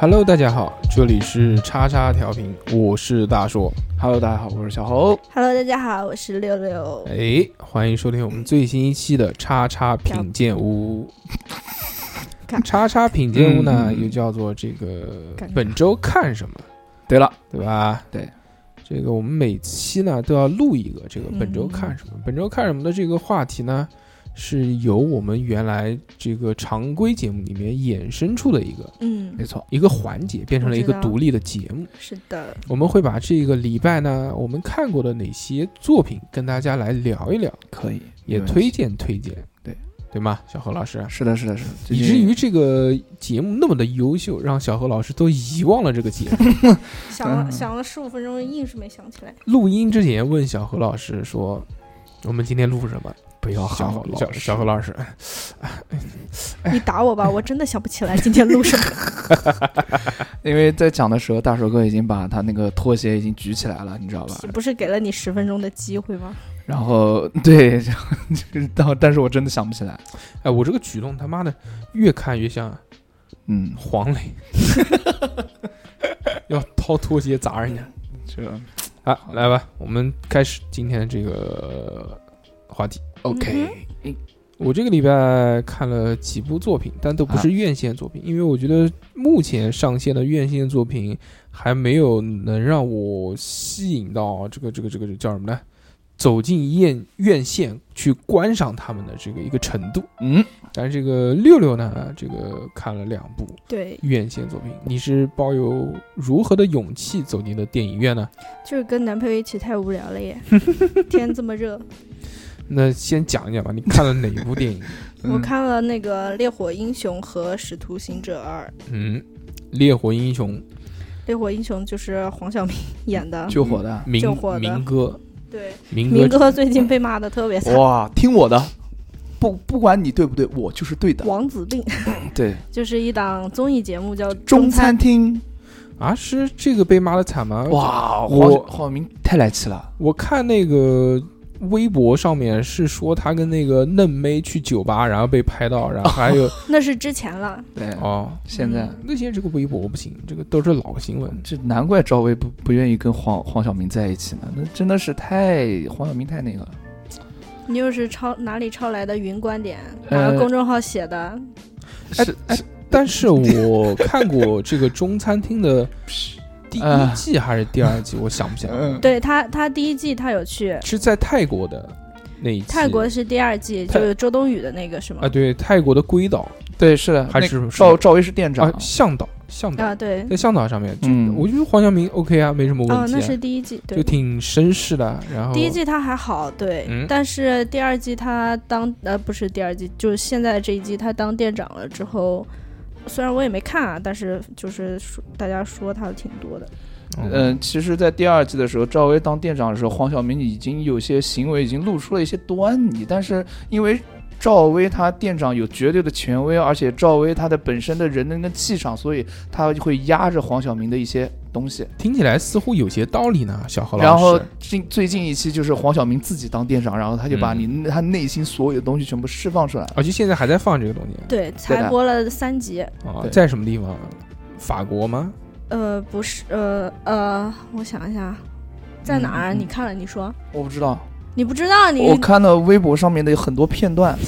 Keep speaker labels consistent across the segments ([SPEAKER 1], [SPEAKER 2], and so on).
[SPEAKER 1] Hello，大家好，这里是叉叉调频，我是大硕。
[SPEAKER 2] Hello，大家好，我是小猴。
[SPEAKER 3] Hello，大家好，我是六六。
[SPEAKER 1] 哎，欢迎收听我们最新一期的叉叉品鉴 屋。
[SPEAKER 3] 干
[SPEAKER 1] 叉叉品鉴屋呢，
[SPEAKER 2] 嗯
[SPEAKER 1] 又叫做这个
[SPEAKER 3] 干
[SPEAKER 1] 本周看什么，
[SPEAKER 2] 对了，
[SPEAKER 1] 对吧？
[SPEAKER 2] 对，
[SPEAKER 1] 这个我们每期呢都要录一个这个本周
[SPEAKER 3] 嗯
[SPEAKER 1] 看什么。本周看什么的这个话题呢，是由我们原来这个常规节目里面衍生出的一个
[SPEAKER 3] 嗯
[SPEAKER 2] 没，错，
[SPEAKER 1] 一个环节，变成了一个
[SPEAKER 2] 啊
[SPEAKER 3] 我知道
[SPEAKER 1] 独立的节目。
[SPEAKER 3] 是的，
[SPEAKER 1] 我们会把这个礼拜呢，我们看过的哪些作品跟大家来聊一聊，
[SPEAKER 2] 可以，
[SPEAKER 1] 也
[SPEAKER 2] 没问题
[SPEAKER 1] 推荐推荐，
[SPEAKER 2] 对
[SPEAKER 1] 对吗？小何老师，
[SPEAKER 2] 是的，是的，是的。最
[SPEAKER 1] 以
[SPEAKER 2] 近
[SPEAKER 1] 至于这个节目那么的优秀，让小何老师都遗忘了这个节目。
[SPEAKER 3] 想了
[SPEAKER 2] 嗯
[SPEAKER 3] 想了十五分钟，硬是没想起来。
[SPEAKER 1] 录音之前问小何老师说：“我们今天录什么
[SPEAKER 2] 不？”要
[SPEAKER 1] 小
[SPEAKER 2] 喊
[SPEAKER 1] 何
[SPEAKER 2] 我
[SPEAKER 1] 小
[SPEAKER 2] 老师
[SPEAKER 1] 小何老师，
[SPEAKER 3] 你打我吧，我真的想不起来今天录 什么。
[SPEAKER 2] 因为在讲的时候，大手哥已经把他那个拖鞋已经举起来了，你知道吧？
[SPEAKER 3] 不是给了你十分钟的机会吗？
[SPEAKER 2] 然后对，然 后就是但但是我真的想不起来。
[SPEAKER 1] 哎，我这个举动他妈的越看越像
[SPEAKER 2] 嗯，
[SPEAKER 1] 黄 磊，要掏拖鞋砸人家。
[SPEAKER 2] 这
[SPEAKER 3] 嗯
[SPEAKER 2] 个
[SPEAKER 1] 啊，来吧，我们开始今天的这个话题。
[SPEAKER 2] OK，
[SPEAKER 1] 我这个礼拜看了几部作品，但都不
[SPEAKER 3] 啊
[SPEAKER 1] 是院线作品，因为我觉得目前上线的院线作品还没有能让我吸引到这个这个这个叫什么呢？走进院院线去观赏他们的这个一个程度。
[SPEAKER 2] 嗯，
[SPEAKER 1] 但是这个六六呢，这个看了两部
[SPEAKER 3] 对，
[SPEAKER 1] 院线作品，你是抱有如何的勇气走进的电影院呢？
[SPEAKER 3] 就是跟男朋友一起太无聊了耶，天这么热。
[SPEAKER 1] 那先讲一讲吧，你看了哪一部电 影？
[SPEAKER 3] 我
[SPEAKER 2] 嗯
[SPEAKER 3] 看了那个《烈火英雄》和《使徒行者二》，《
[SPEAKER 1] 嗯，烈火英雄
[SPEAKER 3] 烈火英雄》就是黄晓明 演的。
[SPEAKER 2] 救火的，
[SPEAKER 1] 民
[SPEAKER 3] 救火的
[SPEAKER 1] 民歌，
[SPEAKER 3] 对，
[SPEAKER 1] 民
[SPEAKER 3] 明
[SPEAKER 1] 歌
[SPEAKER 3] 哥最近被骂的特别惨，
[SPEAKER 2] 哇，听我的，不不管你对不对，我就是对的。
[SPEAKER 3] 王子病
[SPEAKER 2] 对，
[SPEAKER 3] 就是一档综艺节目叫《
[SPEAKER 2] 中
[SPEAKER 3] 餐
[SPEAKER 2] 餐厅，
[SPEAKER 1] 啊，是这个被骂的惨吗？，
[SPEAKER 2] 哇，黄
[SPEAKER 1] 我
[SPEAKER 2] 黄晓明太来气了。
[SPEAKER 1] 我看那个微博上面是说他跟那个嫩妹去酒吧，然后被拍到，然后还 有
[SPEAKER 3] 那是之前了，
[SPEAKER 2] 对，
[SPEAKER 1] 哦，
[SPEAKER 2] 现在
[SPEAKER 1] 那些这个微博不行，这个都是老新闻。
[SPEAKER 2] 这难怪赵薇不不愿意跟黄黄晓明在一起呢，那真的是太黄晓明太那个了。
[SPEAKER 3] 你又是抄哪里抄来的云观点？
[SPEAKER 2] 呃
[SPEAKER 3] 哪个公众号写的？
[SPEAKER 1] 哎哎但是我看过这个中餐厅的 第一
[SPEAKER 2] 啊
[SPEAKER 1] 季还是第二季，我想不起来了，
[SPEAKER 2] 嗯
[SPEAKER 3] 对他，他第一季他有去
[SPEAKER 1] 是在泰国的那一季。
[SPEAKER 3] 泰国是第二季，
[SPEAKER 1] 泰
[SPEAKER 3] 就是周冬雨的那个是吗？
[SPEAKER 1] 啊，对，泰国的龟岛
[SPEAKER 2] 对，是的，
[SPEAKER 1] 还
[SPEAKER 2] 那
[SPEAKER 1] 是
[SPEAKER 2] 赵赵薇是店长
[SPEAKER 1] 啊，，向导向导
[SPEAKER 3] 啊，对，
[SPEAKER 1] 在向导上面，就
[SPEAKER 2] 嗯
[SPEAKER 1] 我觉得黄晓明 OK 啊，没什么问
[SPEAKER 3] 哦，
[SPEAKER 1] 题、啊
[SPEAKER 3] 那是第一季，对
[SPEAKER 1] 就。挺绅士的。然后
[SPEAKER 3] 第一季他还好，对，
[SPEAKER 1] 嗯
[SPEAKER 3] 但是第二季他当呃不是第二季，就是现在这一季他当店长了之后，虽然我也没看啊，但是就是说大家说他挺多的，
[SPEAKER 1] 嗯、
[SPEAKER 2] 嗯，其实，在第二季的时候，赵薇当店长的时候，黄晓明已经有些行为已经露出了一些端倪，但是因为赵薇她店长有绝对的权威，而且赵薇她的本身的人的那个气场，所以她会压着黄晓明的一些东西。
[SPEAKER 1] 听起来似乎有些道理呢，小何老师。
[SPEAKER 2] 然后近最近一期就是黄晓明自己当店长，然后他就把
[SPEAKER 1] 嗯
[SPEAKER 2] 你、他内心所有的东西全部释放出来了。
[SPEAKER 1] 而且现在还在放这个东西
[SPEAKER 3] 对，
[SPEAKER 2] 对
[SPEAKER 3] 才
[SPEAKER 2] 的
[SPEAKER 3] 播了三集，
[SPEAKER 1] 啊，
[SPEAKER 2] 对
[SPEAKER 1] 在什么地方？法国吗？
[SPEAKER 3] 呃，不是，呃呃，我想一下，在哪儿？啊
[SPEAKER 2] 嗯嗯
[SPEAKER 3] 你看了？你说
[SPEAKER 2] 我不知道，
[SPEAKER 3] 你不知道，你
[SPEAKER 2] 我看了微博上面的很多片段，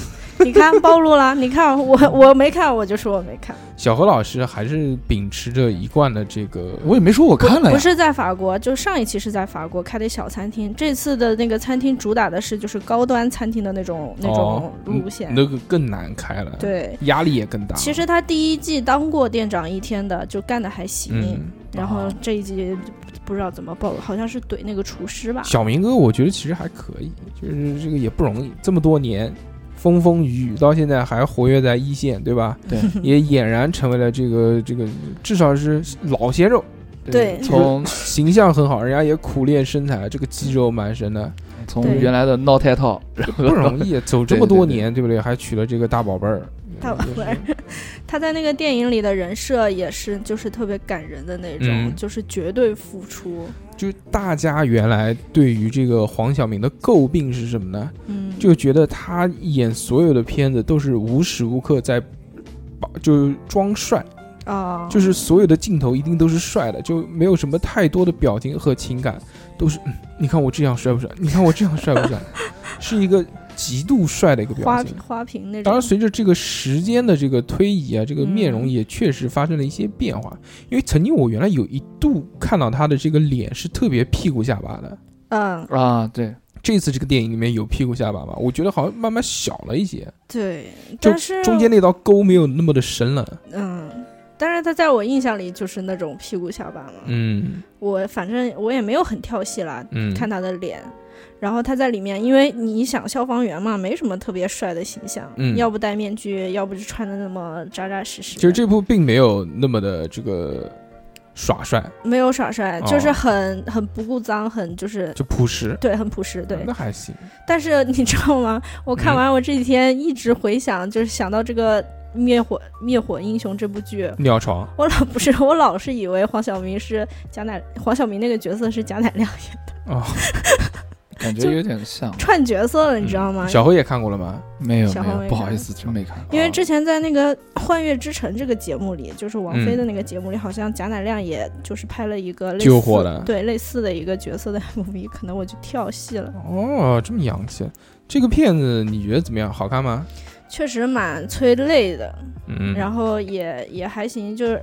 [SPEAKER 3] 你看暴露了， 你看我我没看，我就说我没 看，
[SPEAKER 1] 小何老师还是秉持着一贯的这个，
[SPEAKER 2] 我也没说我看了
[SPEAKER 3] 不
[SPEAKER 2] 呀。
[SPEAKER 3] 是在法国，就上一期是在法国开的小餐厅，这次的那个餐厅主打的是就是高端餐厅的那种那种
[SPEAKER 1] 哦
[SPEAKER 3] 路线，
[SPEAKER 1] 那个更难开了，，
[SPEAKER 3] 对。
[SPEAKER 1] 压力也更大。
[SPEAKER 3] 其实他第一季当过店长一天的，就干的还行，
[SPEAKER 1] 嗯，
[SPEAKER 3] 然后这一季就不不知道怎么暴露，好像是怼那个厨师吧，
[SPEAKER 1] 小明哥，我觉得其实还可以，就是这个也不容易，这么多年风风雨雨，到现在还活跃在一线，对 吧？
[SPEAKER 2] 对，
[SPEAKER 1] 也俨然成为了这个这个至少是老鲜肉，
[SPEAKER 3] 对
[SPEAKER 2] 从
[SPEAKER 1] 形象很好，人家也苦练身材，这个肌肉蛮深的，
[SPEAKER 2] 从
[SPEAKER 3] 对
[SPEAKER 2] 原来的闹太套，然后
[SPEAKER 1] 不容易，走这么多年，对不对？还娶了这个大宝贝儿，
[SPEAKER 3] 大宝贝儿，他在那个电影里的人设也是，就是特别感人的那种，
[SPEAKER 1] 嗯
[SPEAKER 3] 就是绝对付出。
[SPEAKER 1] 就大家原来对于这个黄晓明的诟病是什么呢？
[SPEAKER 3] 嗯，
[SPEAKER 1] 就觉得他演所有的片子都是无时无刻在把。就装帅，
[SPEAKER 3] 啊，
[SPEAKER 1] 就是所有的镜头一定都是帅的，就没有什么太多的表情和情感，都是、嗯你看我这样帅不帅？你看我这样帅不 帅？是一个极度帅的一个
[SPEAKER 3] 花
[SPEAKER 1] 表情。
[SPEAKER 3] 花瓶那种。
[SPEAKER 1] 当然，随着这个时间的这个推移啊，这个面容
[SPEAKER 3] 嗯
[SPEAKER 1] 也确实发生了一些变化。因为曾经我原来有一度看到他的这个脸是特别屁股下巴的，
[SPEAKER 3] 嗯，
[SPEAKER 2] 啊，对，
[SPEAKER 1] 这次这个电影里面有屁股下巴吗？我觉得好像慢慢小了一些，
[SPEAKER 3] 对，
[SPEAKER 1] 就
[SPEAKER 3] 但是
[SPEAKER 1] 中间那道沟没有那么的深了。
[SPEAKER 3] 嗯，但是他在我印象里就是那种屁股下巴嘛。
[SPEAKER 1] 嗯
[SPEAKER 3] 我反正我也没有很跳戏啦，
[SPEAKER 1] 嗯，
[SPEAKER 3] 看他的脸。然后他在里面，因为你想消防员嘛，没什么特别帅的形象，
[SPEAKER 1] 嗯
[SPEAKER 3] 要不戴面具，要不就穿的那么扎扎实实。
[SPEAKER 1] 其实这部并没有那么的这个耍帅，
[SPEAKER 3] 没有耍帅，
[SPEAKER 1] 哦
[SPEAKER 3] 就是很很不顾脏，很就是
[SPEAKER 1] 就朴实。
[SPEAKER 3] 对，很朴实。对，
[SPEAKER 1] 那嗯还行。
[SPEAKER 3] 但是你知道吗？我看完我这几天一直回想，就是想到这个《灭火灭火英雄》这部剧，
[SPEAKER 1] 尿床，
[SPEAKER 3] 我老 不是我老是以为黄晓明是贾乃黄晓明那个角色是贾乃亮演的，
[SPEAKER 1] 哦
[SPEAKER 2] 感
[SPEAKER 3] 就
[SPEAKER 2] 觉有点像，
[SPEAKER 3] 串角色了，你知道吗？
[SPEAKER 1] 嗯小何也看过了吗？
[SPEAKER 2] 没有
[SPEAKER 3] 小
[SPEAKER 2] 没
[SPEAKER 3] 黄没
[SPEAKER 2] 有，不好
[SPEAKER 3] 看
[SPEAKER 2] 意思，真没看。
[SPEAKER 3] 因为之前在那个《幻乐之城》这个节目里，就是王
[SPEAKER 1] 嗯
[SPEAKER 3] 菲的那个节目里，好像贾乃亮也就是拍了一个类似
[SPEAKER 1] 救火的
[SPEAKER 3] 对类似的一个角色的 MV，可能我就跳戏了。
[SPEAKER 1] 哦，这么洋气。这个片子你觉得怎么样？好看吗？
[SPEAKER 3] 确实蛮催泪的，
[SPEAKER 1] 嗯，
[SPEAKER 3] 然后也也还行，就是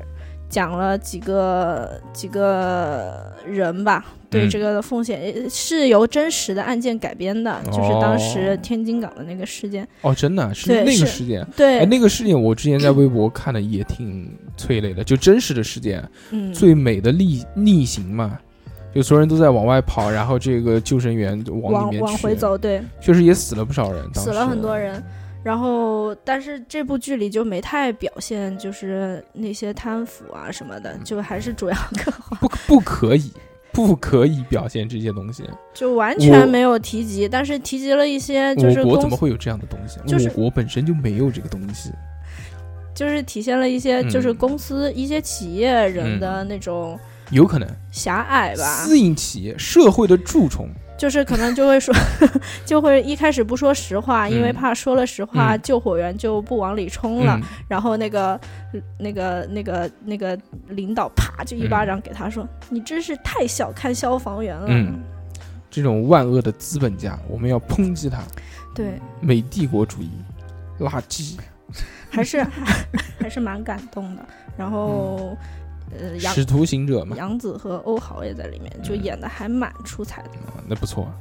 [SPEAKER 3] 讲了几个几个人吧，对
[SPEAKER 1] 嗯
[SPEAKER 3] 这个风险、呃是由真实的案件改编的，就是当时
[SPEAKER 1] 哦
[SPEAKER 3] 天津港的那个事件。
[SPEAKER 1] 哦，真的是
[SPEAKER 3] 对
[SPEAKER 1] 那个
[SPEAKER 3] 是
[SPEAKER 1] 事件。
[SPEAKER 3] 对，
[SPEAKER 1] 哎，那个事件我之前在微博看的也挺催泪的，就真实的事件，
[SPEAKER 3] 嗯，
[SPEAKER 1] 最美的逆逆行嘛，就所有人都在往外跑，然后这个救生员就往
[SPEAKER 3] 往
[SPEAKER 1] 里面
[SPEAKER 3] 往
[SPEAKER 1] 去
[SPEAKER 3] 回，走，对，
[SPEAKER 1] 确实也死了不少人，当
[SPEAKER 3] 死了
[SPEAKER 1] 时
[SPEAKER 3] 很多人。然后，但是这部剧里就没太表现，就是那些贪腐啊什么的，
[SPEAKER 1] 嗯
[SPEAKER 3] 就还是主要刻画，
[SPEAKER 1] 不不可以，不可以表现这些东西。
[SPEAKER 3] 就完
[SPEAKER 1] 我
[SPEAKER 3] 全没有提及。但是提及了一些，就是
[SPEAKER 1] 我国
[SPEAKER 3] 公
[SPEAKER 1] 怎
[SPEAKER 3] 司
[SPEAKER 1] 么会有这样的东西？
[SPEAKER 3] 就是
[SPEAKER 1] 我国本身就没有这个东西。
[SPEAKER 3] 就是体现了一些
[SPEAKER 1] 嗯
[SPEAKER 3] 就是公司、一些企业人的那种
[SPEAKER 1] 有可能
[SPEAKER 3] 狭隘吧，
[SPEAKER 1] 私营企业社会的蛀虫，
[SPEAKER 3] 就是可能就会说， 就会一开始不说实话，
[SPEAKER 1] 嗯
[SPEAKER 3] 因为怕说了实话，
[SPEAKER 1] 嗯
[SPEAKER 3] 救火员就不往里冲了。
[SPEAKER 1] 嗯
[SPEAKER 3] 然后那个那个那个那个领导啪就一巴掌给他说：“你真是太小看消防员了。
[SPEAKER 1] 嗯这种万恶的资本家，我们要抨击他，
[SPEAKER 3] 对，
[SPEAKER 1] 美帝国主义，垃圾，
[SPEAKER 3] 还是 还是蛮感动的。然后，
[SPEAKER 1] 嗯
[SPEAKER 3] 呃，杨
[SPEAKER 1] 使徒行者嘛，
[SPEAKER 3] 杨紫和欧豪也在里面，就
[SPEAKER 1] 嗯
[SPEAKER 3] 演的还蛮出彩的。
[SPEAKER 1] 啊那不错啊。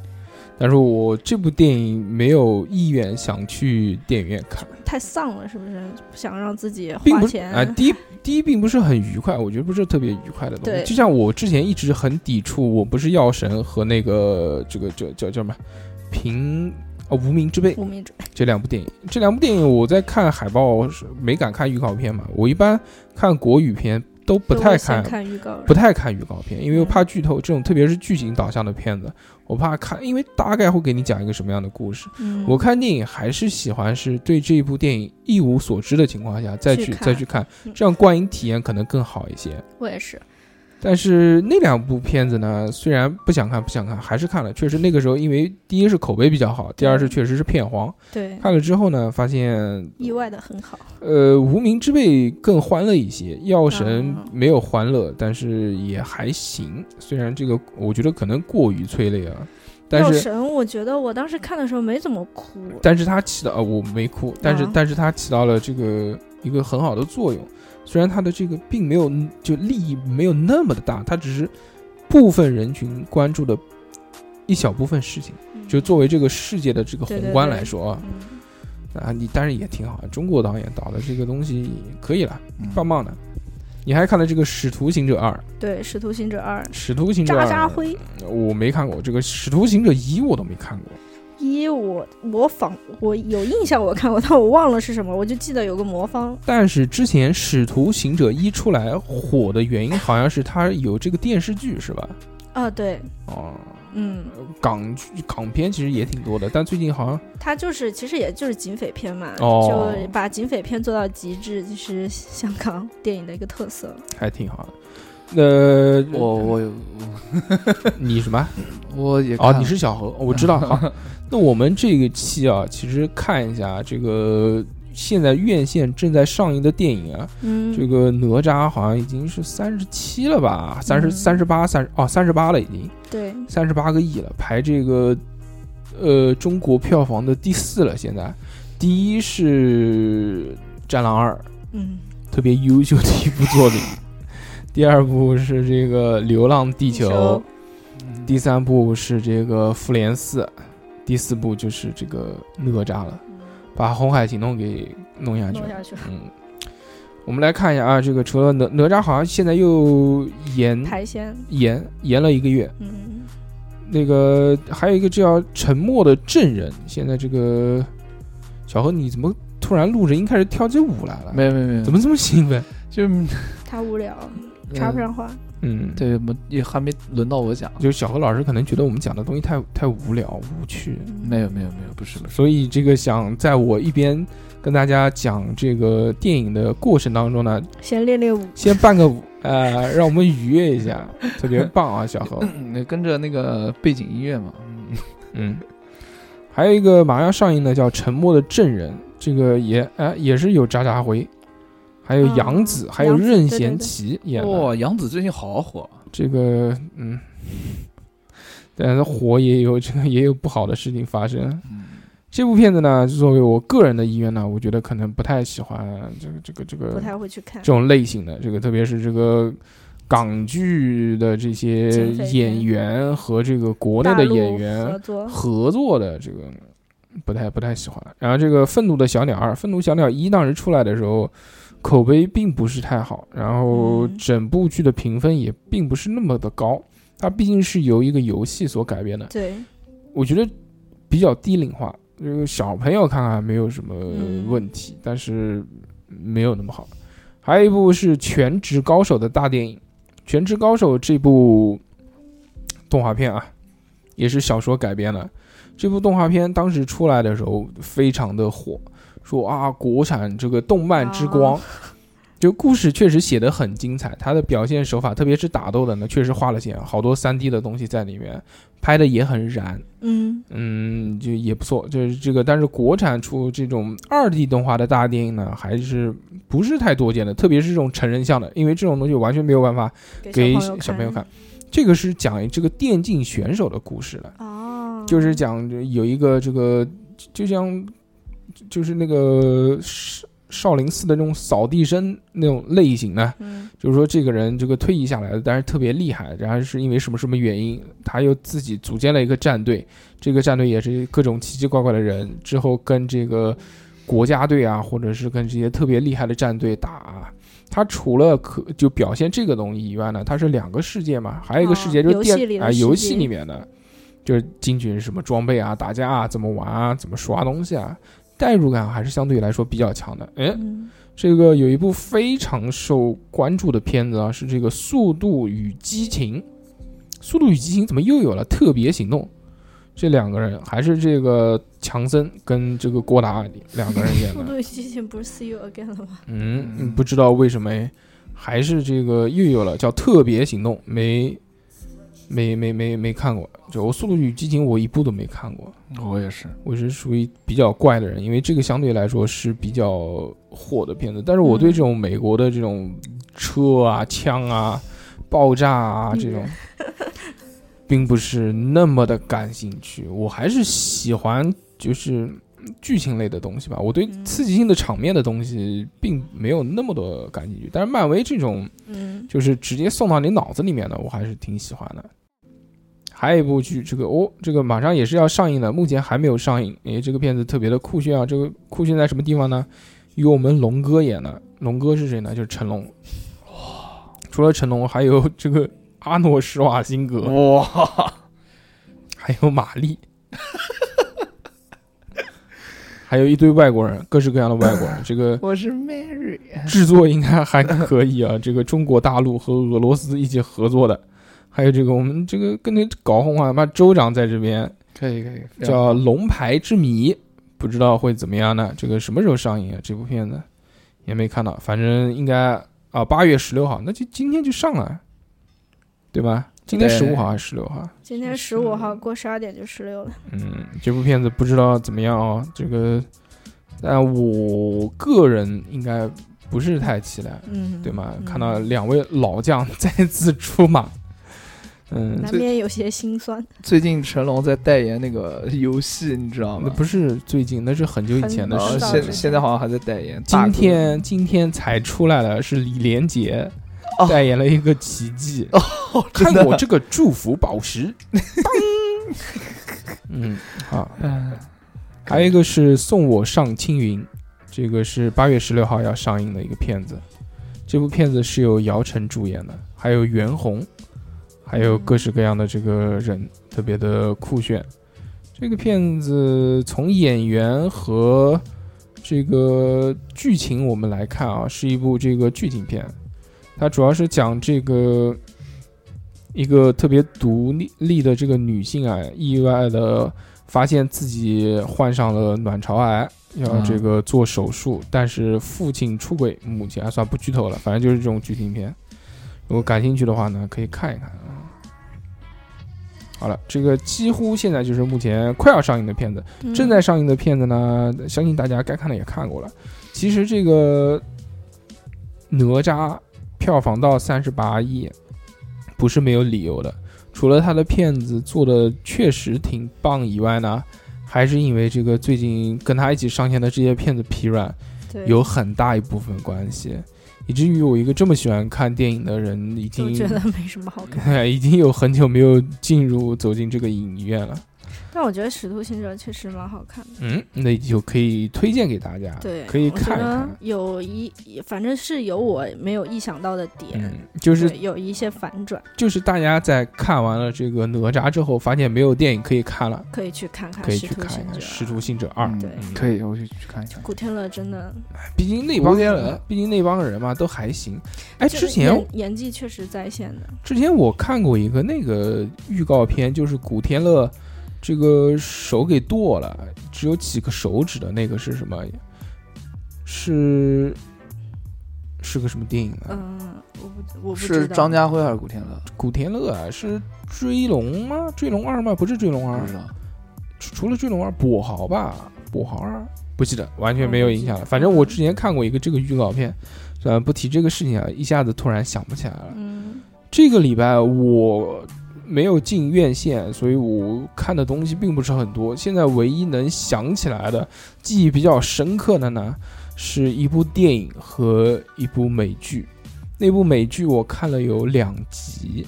[SPEAKER 1] 但是我这部电影没有意愿想去电影院看，
[SPEAKER 3] 太丧了，是不是？不想让自己
[SPEAKER 1] 并
[SPEAKER 3] 花
[SPEAKER 1] 不是
[SPEAKER 3] 钱。
[SPEAKER 1] 啊、第一第一并不是很愉快，我觉得不是特别愉快的东西。
[SPEAKER 3] 对
[SPEAKER 1] 就像我之前一直很抵触，我不是药神和那个这个叫叫叫什么平啊、无名之辈
[SPEAKER 3] 无名指
[SPEAKER 1] 这两部电影，这两部电影我在看海报是没敢看预告片嘛，我一般看国语片都不
[SPEAKER 3] 都
[SPEAKER 1] 太
[SPEAKER 3] 会先
[SPEAKER 1] 看，
[SPEAKER 3] 看预告，
[SPEAKER 1] 不太看预告片，因为我怕剧透，这种特别是剧情导向的片子，我怕看，因为大概会给你讲一个什么样的故事。
[SPEAKER 3] 嗯
[SPEAKER 1] 我看电影还是喜欢是对这一部电影一无所知的情况下再
[SPEAKER 3] 去
[SPEAKER 1] 去
[SPEAKER 3] 看
[SPEAKER 1] 再去看
[SPEAKER 3] 嗯，
[SPEAKER 1] 这样观影体验可能更好一些。
[SPEAKER 3] 我也是，
[SPEAKER 1] 但是那两部片子呢，虽然不想看不想看，还是看了。确实那个时候，因为第一是口碑比较好，第二
[SPEAKER 3] 嗯
[SPEAKER 1] 是确实是片黄。
[SPEAKER 3] 对，
[SPEAKER 1] 看了之后呢，发现
[SPEAKER 3] 意外的很好，
[SPEAKER 1] 呃，无名之辈更欢乐一些，药神
[SPEAKER 3] 啊
[SPEAKER 1] 没有欢乐，但是也还行。虽然这个我觉得可能过于催泪啊，但
[SPEAKER 3] 药
[SPEAKER 1] 是
[SPEAKER 3] 神，我觉得我当时看的时候没怎么哭，
[SPEAKER 1] 但是他起到、呃、我没哭，但是、
[SPEAKER 3] 啊
[SPEAKER 1] 但是他起到了这个一个很好的作用。虽然他的这个并没有就利益没有那么的大，他只是部分人群关注的一小部分事情，
[SPEAKER 3] 嗯
[SPEAKER 1] 就作为这个世界的这个
[SPEAKER 3] 对
[SPEAKER 1] 宏
[SPEAKER 3] 对
[SPEAKER 1] 观
[SPEAKER 3] 对
[SPEAKER 1] 来说啊
[SPEAKER 3] 嗯
[SPEAKER 1] 啊，你当然也挺好，中国导演导的这个东西可以了。
[SPEAKER 2] 嗯
[SPEAKER 1] 棒棒的。你还看了这个《使徒行者二》？《
[SPEAKER 3] 对《使徒行者二》
[SPEAKER 1] 使徒行者二
[SPEAKER 3] 渣》渣辉
[SPEAKER 1] 我没看过，这个《使徒行者一》我都没看过。
[SPEAKER 3] 一我模仿我有印象我看过，但我忘了是什么，我就记得有个魔方，
[SPEAKER 1] 但是之前《使徒行者一》出来火的原因，好像是它有这个电视剧，是吧？
[SPEAKER 3] 啊对，
[SPEAKER 1] 哦，
[SPEAKER 3] 嗯，
[SPEAKER 1] 港剧港片其实也挺多的，但最近好像
[SPEAKER 3] 他就是其实也就是警匪片嘛，
[SPEAKER 1] 哦
[SPEAKER 3] 就把警匪片做到极致，就是香港电影的一个特色，
[SPEAKER 1] 还挺好的。呃，
[SPEAKER 2] 我我有
[SPEAKER 1] 你什么？
[SPEAKER 2] 我也
[SPEAKER 1] 哦，
[SPEAKER 2] 看
[SPEAKER 1] 你
[SPEAKER 2] 了
[SPEAKER 1] 是 小何，我知道。好，那我们这个期啊，其实看一下这个《现在院线正在上映的电影啊，
[SPEAKER 3] 嗯，
[SPEAKER 1] 这个哪吒好像已经是三十七了吧，三十
[SPEAKER 3] 嗯
[SPEAKER 1] 三十八三哦三十八了已经，
[SPEAKER 3] 对，
[SPEAKER 1] 三十八个亿了，排这个呃中国票房的第四了。现在第一是《战狼二》，
[SPEAKER 3] 嗯，
[SPEAKER 1] 特别优秀的一部作品。第二部是这个《流浪地球》，第三部是这个《复联四》，第四部就是这个哪吒了，把《红海行动》给弄下去
[SPEAKER 3] 弄
[SPEAKER 1] 了。
[SPEAKER 3] 下去，
[SPEAKER 1] 嗯，我们来看一下啊，这个除了哪哪吒，好像现在又延
[SPEAKER 3] 排仙，
[SPEAKER 1] 延延了一个月。
[SPEAKER 3] 嗯，
[SPEAKER 1] 那个还有一个叫沉默的证人，现在这个小何你怎么突然录着音开始跳起舞来了？
[SPEAKER 2] 没有没有没有，
[SPEAKER 1] 怎么这么兴奋？
[SPEAKER 2] 就
[SPEAKER 3] 他无聊，插不上话，
[SPEAKER 1] 嗯，
[SPEAKER 2] 嗯。，对，没也还没轮到我讲。
[SPEAKER 1] 就小何老师可能觉得我们讲的东西太太无聊无趣，
[SPEAKER 3] 嗯
[SPEAKER 2] 没有没有没有，不是不是，
[SPEAKER 1] 所以这个想在我一边跟大家讲这个电影的过程当中呢，
[SPEAKER 3] 先练练舞，
[SPEAKER 1] 先伴 个舞，呃，让我们愉悦一下，特别棒啊，小何。
[SPEAKER 2] 那跟着那个背景音乐嘛。嗯
[SPEAKER 1] 嗯，还有一个马上要上映的叫《沉默的证人》，这个也哎、也是有渣渣辉，还有
[SPEAKER 3] 嗯
[SPEAKER 1] 杨紫，还有
[SPEAKER 3] 杨紫
[SPEAKER 1] 任
[SPEAKER 3] 对对
[SPEAKER 1] 贤
[SPEAKER 3] 对
[SPEAKER 1] 齐演的、
[SPEAKER 2] 哇，杨紫最近好火，啊
[SPEAKER 1] 这个，嗯，但是火也有 这个也有不好的事情发生。
[SPEAKER 2] 嗯，
[SPEAKER 1] 这部片子呢，作为我个人的意愿呢，我觉得可能不太喜欢这个这个这
[SPEAKER 3] 不
[SPEAKER 1] 个
[SPEAKER 3] 太会去看
[SPEAKER 1] 这，种类型的，这个特别是这个。港剧的这些
[SPEAKER 3] 警匪片
[SPEAKER 1] 演员和这个国内
[SPEAKER 3] 大
[SPEAKER 1] 的
[SPEAKER 3] 陆
[SPEAKER 1] 演员
[SPEAKER 3] 合作，
[SPEAKER 1] 合作的这个不太不太喜欢。然后这个《愤怒的小鸟二》，《愤怒小鸟一》当时出来的时候，口碑并不是太好，然后
[SPEAKER 3] 嗯
[SPEAKER 1] 整部剧的评分也并不是那么的高。它毕竟是由一个游戏所改编的，
[SPEAKER 3] 对，
[SPEAKER 1] 我觉得比较低龄化，就是小朋友看看没有什么
[SPEAKER 3] 嗯
[SPEAKER 1] 问题，但是没有那么好。还有一部是《全职高手》的大电影，《全职高手》这部动画片啊，也是小说改编的。这部动画片当时出来的时候非常的火，说啊，国产这个动漫之光。
[SPEAKER 3] 啊
[SPEAKER 1] 就故事确实写得很精彩，它的表现手法，特别是打斗的呢，确实花了钱，好多3 D 的东西在里面，拍的也很燃，
[SPEAKER 3] 嗯，
[SPEAKER 1] 嗯，就也不错，就是这个。但是国产出这种二 D 动画的大电影呢，还是不是太多见的，特别是这种成人向的，因为这种东西完全没有办法给
[SPEAKER 3] 给
[SPEAKER 1] 小朋友看。这个是讲这个电竞选手的故事了，
[SPEAKER 3] 哦，
[SPEAKER 1] 就是讲有一个这个，就像就是那个少少林寺的那种扫地僧那种类型呢，
[SPEAKER 3] 嗯，
[SPEAKER 1] 就是说这个人这个退役下来了，但是特别厉害，然后是因为什么什么原因，他又自己组建了一个战队，这个战队也是各种奇奇怪怪的人，之后跟这个国家队啊，或者是跟这些特别厉害的战队打啊。他除了可就表现这个东西以外呢，它是两个世界嘛，还有一个世界
[SPEAKER 3] 哦
[SPEAKER 1] 就是
[SPEAKER 3] 游戏
[SPEAKER 1] 电
[SPEAKER 3] 里
[SPEAKER 1] 啊、
[SPEAKER 3] 的世界
[SPEAKER 1] 游戏里面的，就是进去什么装备啊、打架啊、怎么玩啊、怎么刷东西啊，代入感还是相对来说比较强的。哎，
[SPEAKER 3] 嗯
[SPEAKER 1] 这个有一部非常受关注的片子啊，是这个《速度与激情》。《速度与激情》怎么又有了特别行动？这两个人还是这个强森跟这个郭达两个人演
[SPEAKER 3] 速
[SPEAKER 1] 的。
[SPEAKER 3] 度与激情不是 See You Again 了吗？
[SPEAKER 1] 嗯，嗯不知道为什么哎，还是这个又有了叫特别行动，没没没没没看过。就我《速度与激情》，我一部都没看过。
[SPEAKER 2] 我也是。
[SPEAKER 1] 我是属于比较怪的人，因为这个相对来说是比较火的片子，但是我
[SPEAKER 3] 嗯
[SPEAKER 1] 对这种美国的这种车啊、枪啊、爆炸啊
[SPEAKER 3] 嗯
[SPEAKER 1] 这种，并不是那么的感兴趣。我还是喜欢就是剧情类的东西吧。我对
[SPEAKER 3] 嗯
[SPEAKER 1] 刺激性的场面的东西并没有那么多感兴趣，但是漫威这种
[SPEAKER 3] 嗯，
[SPEAKER 1] 就是直接送到你脑子里面的，我还是挺喜欢的。还有一部剧，这个哦，这个马上也是要上映的，目前还没有上映。诶，这个片子特别的酷炫啊！这个酷炫在什么地方呢？由我们龙哥演的。龙哥是谁呢？就是成龙。除了成龙，还有这个阿诺·施瓦辛格，
[SPEAKER 2] 哇，
[SPEAKER 1] 还有玛丽， 还有一堆外国人，各式各样的外国人。这个
[SPEAKER 2] 我是 Mary，
[SPEAKER 1] 制作应该还可以啊。 这个中国大陆和俄罗斯一起合作的，还有这个我们这个跟你搞混啊，妈州长在这边
[SPEAKER 2] 可以可哎以，
[SPEAKER 1] 叫《龙牌之谜》，不知道会怎么样呢？这个什么时候上映啊？这部片子也没看到，反正应该啊，八月十六号，那就今天就上了，对吧？今天
[SPEAKER 2] 对
[SPEAKER 1] 十五号还是十六号？
[SPEAKER 3] 今天十五号过十二点就十六了，
[SPEAKER 1] 嗯，这部片子不知道怎么样哦。这个但我个人应该不是太期待，
[SPEAKER 3] 嗯，
[SPEAKER 1] 对吗？
[SPEAKER 3] 嗯
[SPEAKER 1] 看到两位老将再次出马，嗯，
[SPEAKER 3] 难
[SPEAKER 2] 这
[SPEAKER 3] 免有些心酸。
[SPEAKER 2] 最近成龙在代言那个游戏，你知道
[SPEAKER 1] 那
[SPEAKER 2] 吗？
[SPEAKER 1] 不是最近，那是很久以前的
[SPEAKER 2] 然
[SPEAKER 3] 很
[SPEAKER 2] 后
[SPEAKER 1] 事
[SPEAKER 3] 早
[SPEAKER 1] 情了。
[SPEAKER 3] 之
[SPEAKER 2] 现现在好像还在代言。大
[SPEAKER 1] 今
[SPEAKER 2] 哥
[SPEAKER 1] 天今天才出来了，是李连杰
[SPEAKER 2] 哦
[SPEAKER 1] 代言了一个奇迹。
[SPEAKER 2] 哦真
[SPEAKER 1] 看
[SPEAKER 2] 的
[SPEAKER 1] 我这个祝福宝 石，当嗯，好，
[SPEAKER 2] 嗯
[SPEAKER 1] 还有一个是送我上青云，这个是八月十六号要上映的一个片子。这部片子是由姚晨主演的，还有袁弘，还有各式各样的这个人，特别的酷炫。这个片子从演员和这个剧情我们来看啊，是一部这个剧情片，它主要是讲这个一个特别独立立的这个女性啊，意外的发现自己患上了卵巢癌，要
[SPEAKER 2] 嗯
[SPEAKER 1] 这个做手术，但是父亲出轨，母亲啊，算了不剧透了，反正就是这种剧情片。如果感兴趣的话呢，可以看一看啊。好了，这个几乎现在就是目前快要上映的片子，
[SPEAKER 3] 嗯
[SPEAKER 1] 正在上映的片子呢，相信大家该看的也看过了。其实这个哪吒票房到三十八亿，不是没有理由的。除了他的片子做的确实挺棒以外呢，还是因为这个最近跟他一起上线的这些片子疲软，
[SPEAKER 3] 对
[SPEAKER 1] 有很大一部分关系，以至于我一个这么喜欢看电影的人，已
[SPEAKER 3] 都
[SPEAKER 1] 经
[SPEAKER 3] 觉得没什么好 看。
[SPEAKER 1] 已经有很久没有进入走进这个影院了。
[SPEAKER 3] 但我觉得《使徒行者》确实蛮好看的。
[SPEAKER 1] 嗯，那就可以推荐给大家，
[SPEAKER 3] 对，
[SPEAKER 1] 啊可以
[SPEAKER 3] 我觉
[SPEAKER 1] 看一
[SPEAKER 3] 得
[SPEAKER 1] 看。
[SPEAKER 3] 有一，反正是有我没有意想到的点，
[SPEAKER 1] 嗯，就是
[SPEAKER 3] 对有一些反转，
[SPEAKER 1] 就是大家在看完了这个哪吒之后，发现没有电影可以看了，
[SPEAKER 3] 可以去看看
[SPEAKER 1] 可
[SPEAKER 3] 《
[SPEAKER 1] 以
[SPEAKER 3] 使
[SPEAKER 1] 去
[SPEAKER 3] 啊徒
[SPEAKER 1] 看一
[SPEAKER 3] 行
[SPEAKER 1] 看
[SPEAKER 3] 者
[SPEAKER 1] 《使》。徒行者二》嗯
[SPEAKER 2] 嗯
[SPEAKER 3] 对
[SPEAKER 2] 可以，我去去看一看。
[SPEAKER 3] 古天乐真的，
[SPEAKER 1] 毕竟那帮
[SPEAKER 2] 无聊
[SPEAKER 1] 人，毕竟那帮人嘛都还行。哎，
[SPEAKER 3] 就
[SPEAKER 1] 之前
[SPEAKER 3] 演演技确实在线的，
[SPEAKER 1] 之前我看过一个那个预告片，就是古天乐这个手给剁了，只有几个手指的那个是什么？是是个什么电影呢？
[SPEAKER 3] 嗯，我不我不
[SPEAKER 2] 是
[SPEAKER 3] 知道
[SPEAKER 2] 张家辉还是古天乐？
[SPEAKER 1] 古天乐啊，是追龙吗？追龙二吗？不是追龙二
[SPEAKER 2] 不，知道。
[SPEAKER 1] 除除了追龙二，跛豪吧，跛豪二不记得，完全没有印象了。反正我之前看过一个这个预告片，呃，不提这个事情啊，一下子突然想不起来了。
[SPEAKER 3] 嗯，
[SPEAKER 1] 这个礼拜我没有进院线，所以我看的东西并不是很多。现在唯一能想起来的、记忆比较深刻的呢，是一部电影和一部美剧。那部美剧我看了有两集，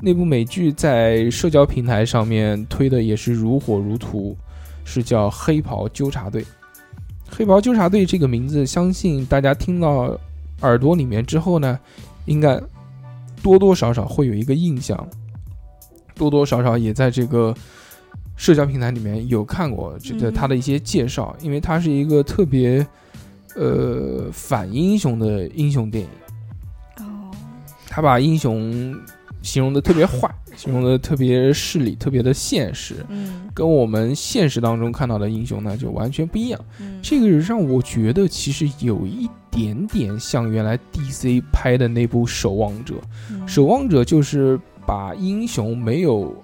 [SPEAKER 1] 那部美剧在社交平台上面推的也是如火如荼，是叫《黑袍纠察队》。黑袍纠察队这个名字，相信大家听到耳朵里面之后呢，应该多多少少会有一个印象，多多少少也在这个社交平台里面有看过这个
[SPEAKER 3] 嗯
[SPEAKER 1] 他的一些介绍，因为它是一个特别呃反英雄的英雄电影，
[SPEAKER 3] 哦，
[SPEAKER 1] 他把英雄形容的特别坏，形容的特别势利，特别的现实，
[SPEAKER 3] 嗯
[SPEAKER 1] 跟我们现实当中看到的英雄呢就完全不一样。
[SPEAKER 3] 嗯，
[SPEAKER 1] 这个让我觉得其实有一点点像原来 DC 拍的那部《守望者》，《
[SPEAKER 3] 嗯
[SPEAKER 1] 守望者》就是把英雄没有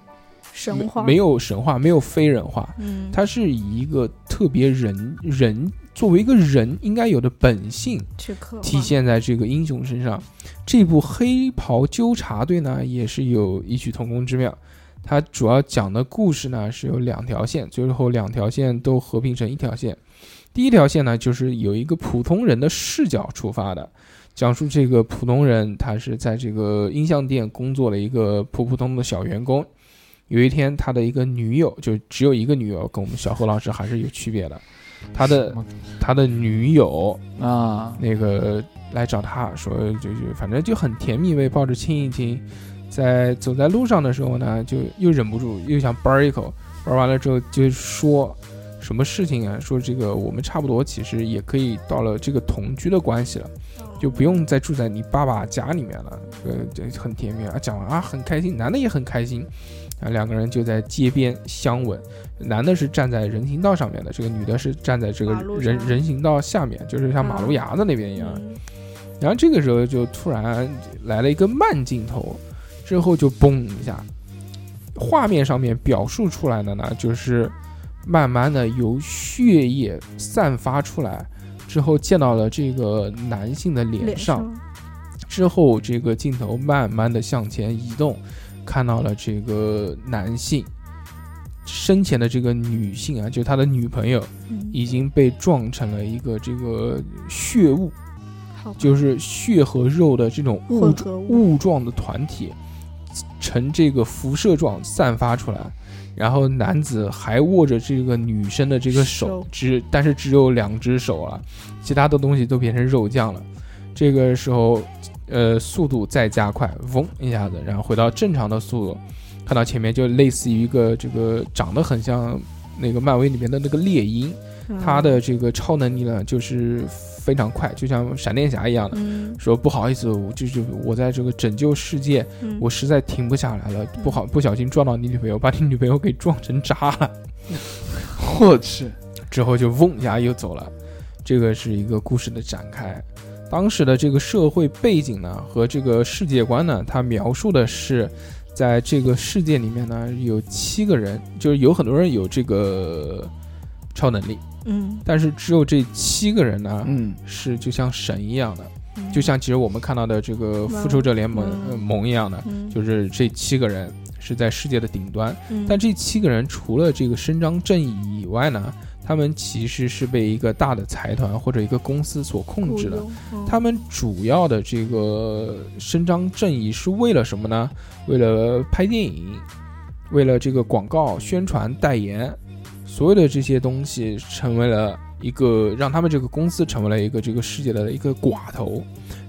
[SPEAKER 3] 神话
[SPEAKER 1] 没没，有神话，没有非人化，
[SPEAKER 3] 嗯，
[SPEAKER 1] 他是以一个特别人人作为一个人应该有的本性
[SPEAKER 3] 去刻画
[SPEAKER 1] 体现在这个英雄身上。这部《黑袍纠察队》呢，也是有异曲同工之妙。它主要讲的故事呢是有两条线，最后两条线都合并成一条线。第一条线呢，就是有一个普通人的视角出发的，讲述这个普通人他是在这个音像店工作的一个普普通通的小员工。有一天，他的一个女友，就只有一个女友，跟我们小何老师还是有区别的。他的他的女友
[SPEAKER 2] 啊，
[SPEAKER 1] 那个来找他说，就就反正就很甜蜜味，抱着亲一亲，在走在路上的时候呢，就又忍不住又想啵儿一口，玩完了之后就说什么事情啊？说这个我们差不多，其实也可以到了这个同居的关系了，
[SPEAKER 3] 哦
[SPEAKER 1] 就不用再住在你爸爸家里面了，呃，这很甜蜜啊。讲完啊，很开心，男的也很开心。啊，两个人就在街边相吻，男的是站在人行道上面的，这个女的是站在这个
[SPEAKER 3] 马路
[SPEAKER 1] 人
[SPEAKER 3] 上
[SPEAKER 1] 人行道下面，就是像马路
[SPEAKER 3] 嗯
[SPEAKER 1] 牙子那边一样。
[SPEAKER 3] 嗯
[SPEAKER 1] 然后这个时候就突然来了一个慢镜头，之后就嘣一下，画面上面表述出来的呢，就是慢慢的由血液散发出来，之后溅到了这个男性的脸
[SPEAKER 3] 脸
[SPEAKER 1] 上，之后这个镜头慢慢的向前移动，看到了这个男性生前的这个女性啊，就是他的女朋友，
[SPEAKER 3] 嗯
[SPEAKER 1] 已经被撞成了一个这个血雾，
[SPEAKER 3] 好吧
[SPEAKER 1] 就是血和肉的这种雾
[SPEAKER 3] 混合物，
[SPEAKER 1] 雾状的团体，呈这个辐射状散发出来。然后男子还握着这个女生的这个手
[SPEAKER 3] 手，
[SPEAKER 1] 只但是只有两只手了，其他的东西都变成肉酱了。这个时候，呃，速度再加快，嗡一下子，然后回到正常的速度，看到前面就类似于一个这个长得很像那个漫威里面的那个猎鹰，
[SPEAKER 3] 嗯
[SPEAKER 1] 它的这个超能力呢就是非常快，就像闪电侠一样的。
[SPEAKER 3] 嗯
[SPEAKER 1] 说不好意思，我就是我在这个拯救世界，
[SPEAKER 3] 嗯
[SPEAKER 1] 我实在停不下来了，不好不小心撞到你女朋友，把你女朋友给撞成渣了，
[SPEAKER 2] 我去，
[SPEAKER 1] 之后就嗡一下又走了。这个是一个故事的展开。当时的这个社会背景呢和这个世界观呢，它描述的是，在这个世界里面呢有七个人，就是有很多人有这个超能力，
[SPEAKER 3] 嗯
[SPEAKER 1] 但是只有这七个人呢
[SPEAKER 2] 嗯，
[SPEAKER 1] 是就像神一样的。
[SPEAKER 3] 嗯
[SPEAKER 1] 就像其实我们看到的这个复仇者联盟、呃盟一样的，
[SPEAKER 3] 嗯
[SPEAKER 1] 就是这七个人是在世界的顶端，
[SPEAKER 3] 嗯
[SPEAKER 1] 但这七个人除了这个伸张正义以外呢，他们其实是被一个大的财团或者一个公司所控制的。
[SPEAKER 3] 雇佣嗯
[SPEAKER 1] 他们主要的这个伸张正义是为了什么呢？为了拍电影，为了这个广告宣传代言，所有的这些东西成为了一个让他们这个公司成为了一个这个世界的一个寡头，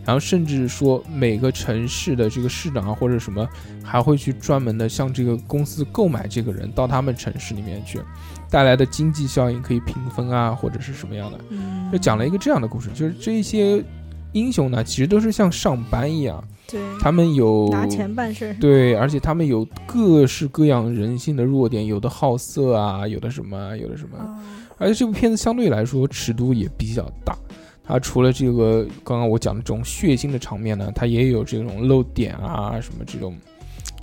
[SPEAKER 1] 然后甚至说每个城市的这个市长啊或者什么还会去专门的向这个公司购买这个人到他们城市里面去，带来的经济效应可以平分啊或者是什么样的。
[SPEAKER 3] 嗯
[SPEAKER 1] 就讲了一个这样的故事，就是这些英雄呢，其实都是像上班一样，
[SPEAKER 3] 对
[SPEAKER 1] 他们有
[SPEAKER 3] 拿钱办事儿，
[SPEAKER 1] 对，而且他们有各式各样人性的弱点，有的好色啊，有的什么啊，有的什么啊。
[SPEAKER 3] 啊
[SPEAKER 1] 而且这部片子相对来说尺度也比较大，它除了这个刚刚我讲的这种血腥的场面呢，它也有这种露点啊，什么这种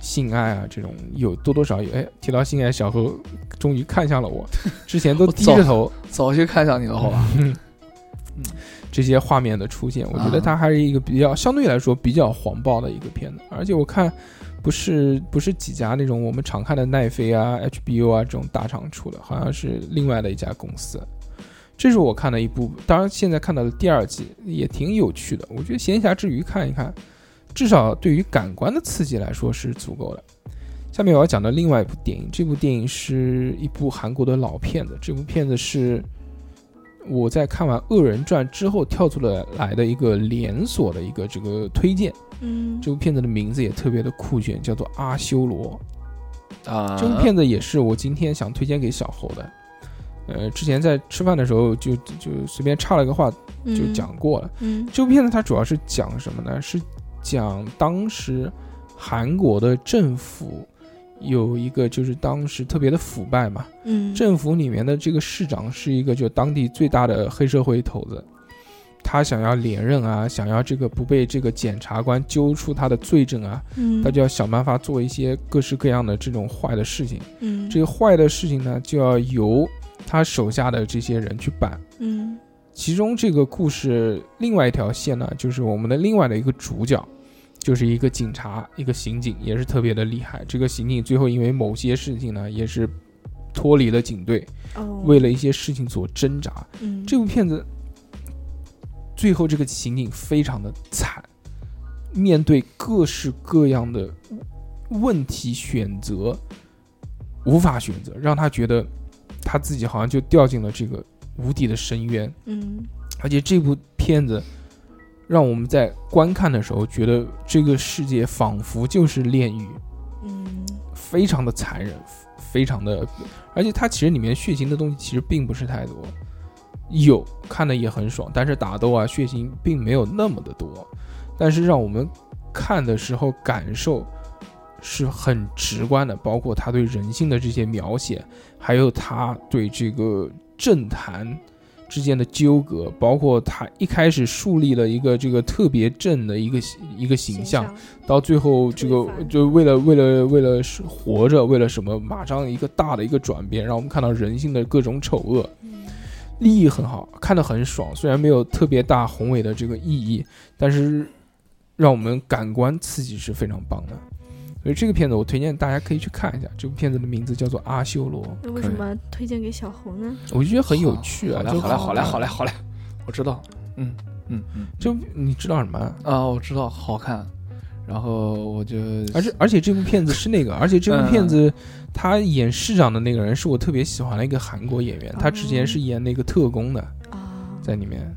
[SPEAKER 1] 性爱啊，这种有多多少有。哎，提到性爱，小何终于看向了我，之前都
[SPEAKER 2] 我
[SPEAKER 1] 低
[SPEAKER 2] 早
[SPEAKER 1] 着头。
[SPEAKER 2] 早就看上你了，好吧？
[SPEAKER 1] 这些画面的出现，我觉得
[SPEAKER 2] 啊
[SPEAKER 1] 它还是一个比较相对来说比较黄暴的一个片子，而且我看不是不是几家那种我们常看的奈飞啊、HBO 啊这种大厂出的，好像是另外的一家公司。这是我看的一部，当然现在看到的第二季也挺有趣的，我觉得闲暇之余看一看，至少对于感官的刺激来说是足够的。下面我要讲的另外一部电影，这部电影是一部韩国的老片子，这部片子是我在看完《恶人传》之后跳出了来的一个连锁的一个这个推荐。
[SPEAKER 3] 嗯
[SPEAKER 1] 这部片子的名字也特别的酷炫，叫做《阿修罗》。
[SPEAKER 2] 啊，
[SPEAKER 1] 这部片子也是我今天想推荐给小侯的。呃，之前在吃饭的时候就就就随便插了个话就
[SPEAKER 3] 嗯
[SPEAKER 1] 讲过了。
[SPEAKER 3] 嗯
[SPEAKER 1] 这部片子它主要是讲什么呢？是讲当时韩国的政府有一个就是当时特别的腐败嘛，
[SPEAKER 3] 嗯
[SPEAKER 1] 政府里面的这个市长是一个就当地最大的黑社会头子，他想要连任啊，想要这个不被这个检察官揪出他的罪证啊，
[SPEAKER 3] 嗯
[SPEAKER 1] 他就要想办法做一些各式各样的这种坏的事情。
[SPEAKER 3] 嗯
[SPEAKER 1] 这些坏的事情呢，就要由他手下的这些人去办。
[SPEAKER 3] 嗯
[SPEAKER 1] 其中这个故事另外一条线呢，就是我们的另外的一个主角，就是一个警察，一个刑警，也是特别的厉害。这个刑警最后因为某些事情呢，也是脱离了警队，
[SPEAKER 3] 哦
[SPEAKER 1] 为了一些事情所挣扎。
[SPEAKER 3] 嗯
[SPEAKER 1] 这部片子最后这个情景非常的惨，面对各式各样的问题选择，无法选择，让他觉得他自己好像就掉进了这个无底的深渊。
[SPEAKER 3] 嗯
[SPEAKER 1] 而且这部片子让我们在观看的时候觉得这个世界仿佛就是炼狱，
[SPEAKER 3] 嗯
[SPEAKER 1] 非常的残忍，非常的，而且它其实里面血腥的东西其实并不是太多，有看的也很爽，但是打斗啊血腥并没有那么的多，但是让我们看的时候感受是很直观的，包括他对人性的这些描写，还有他对这个政坛之间的纠葛，包括他一开始树立了一个这个特别正的一个一个形象，到最后这个
[SPEAKER 3] 推翻
[SPEAKER 1] 就为了为了为了是活着，为了什么，马上一个大的一个转变，让我们看到人性的各种丑恶。
[SPEAKER 3] 嗯
[SPEAKER 1] 利益很好，看得很爽，虽然没有特别大宏伟的这个意义，但是让我们感官刺激是非常棒的。所以这个片子我推荐大家可以去看一下，这部片子的名字叫做《阿修罗》，
[SPEAKER 3] 那为
[SPEAKER 2] 可以
[SPEAKER 3] 什么推荐给小红呢？
[SPEAKER 1] 我就觉得很有趣啊。
[SPEAKER 2] 好嘞，
[SPEAKER 1] 就
[SPEAKER 2] 好嘞，好嘞，好嘞，好嘞，我知道，嗯嗯嗯，
[SPEAKER 1] 就你知道什么啊？
[SPEAKER 2] 啊，我知道，好看。然后我就，
[SPEAKER 1] 而且而且这部片子是那 个，而且这部片
[SPEAKER 3] 嗯
[SPEAKER 1] 子他演市长的那个人是我特别喜欢的一个韩国演
[SPEAKER 3] 嗯
[SPEAKER 1] 员，他之前是演那个特工的，
[SPEAKER 3] 啊，
[SPEAKER 1] 在里面，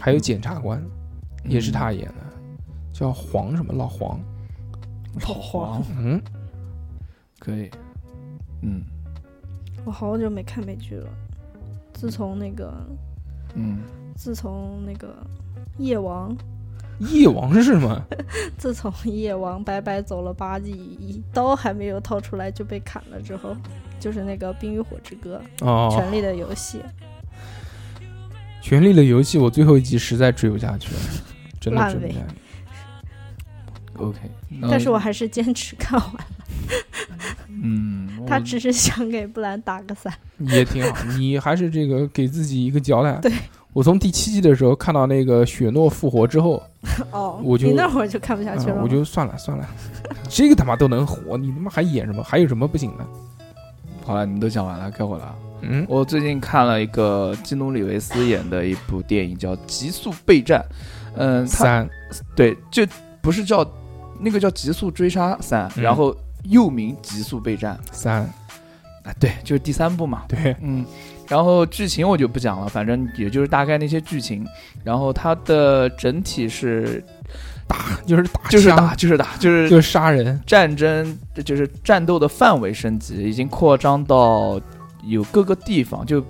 [SPEAKER 1] 还有检察官
[SPEAKER 3] 嗯
[SPEAKER 1] 也是他演的，叫黄什么老黄，
[SPEAKER 2] 老黄，
[SPEAKER 1] 嗯，
[SPEAKER 2] 可以，嗯
[SPEAKER 3] 我好久没看美剧了，自从那个
[SPEAKER 2] 嗯，
[SPEAKER 3] 自从那个夜王，
[SPEAKER 1] 夜王是什么？
[SPEAKER 3] 自从夜王白白走了八季，一刀还没有掏出来就被砍了之后，就是那个《冰与火之歌》
[SPEAKER 1] 哦，
[SPEAKER 3] 权力的游戏》
[SPEAKER 1] 《权力的游戏》我最后一集实在追不下 去了，真的
[SPEAKER 3] 烂
[SPEAKER 1] 追不
[SPEAKER 3] 尾
[SPEAKER 1] 下去。
[SPEAKER 2] OK，
[SPEAKER 3] 但是我还是坚持看完。
[SPEAKER 2] 嗯，我
[SPEAKER 3] 他只是想给布兰打个伞。
[SPEAKER 1] 也挺 好，你还是这个给自己一个交代。
[SPEAKER 3] 对，
[SPEAKER 1] 我从第七季的时候看到那个雪诺复活之后，
[SPEAKER 3] 哦，
[SPEAKER 1] 我就
[SPEAKER 3] 你那会儿就看不下去了
[SPEAKER 1] 嗯
[SPEAKER 3] 吗。
[SPEAKER 1] 我就算了算了，这个他妈都能火，你他妈还演什么？还有什么不行的？
[SPEAKER 2] 嗯好了，你们都讲完了，该我了啊。
[SPEAKER 1] 嗯，
[SPEAKER 2] 我最近看了一个基努里维斯演的一部电影，叫《极速备战》。嗯，他
[SPEAKER 1] 三
[SPEAKER 2] 对，就不是叫那个叫《极速追杀三》，
[SPEAKER 1] 嗯
[SPEAKER 2] 然后又名《极速备战》
[SPEAKER 1] 三，
[SPEAKER 2] 啊，对，就是第三部嘛。
[SPEAKER 1] 对，
[SPEAKER 2] 嗯，然后剧情我就不讲了，反正也就是大概那些剧情。然后它的整体是
[SPEAKER 1] 就是打
[SPEAKER 2] 就是
[SPEAKER 1] 枪
[SPEAKER 2] 打就是打就是
[SPEAKER 1] 就是杀人，
[SPEAKER 2] 战争，就是战斗的范围升级，已经扩张到有各个地方。就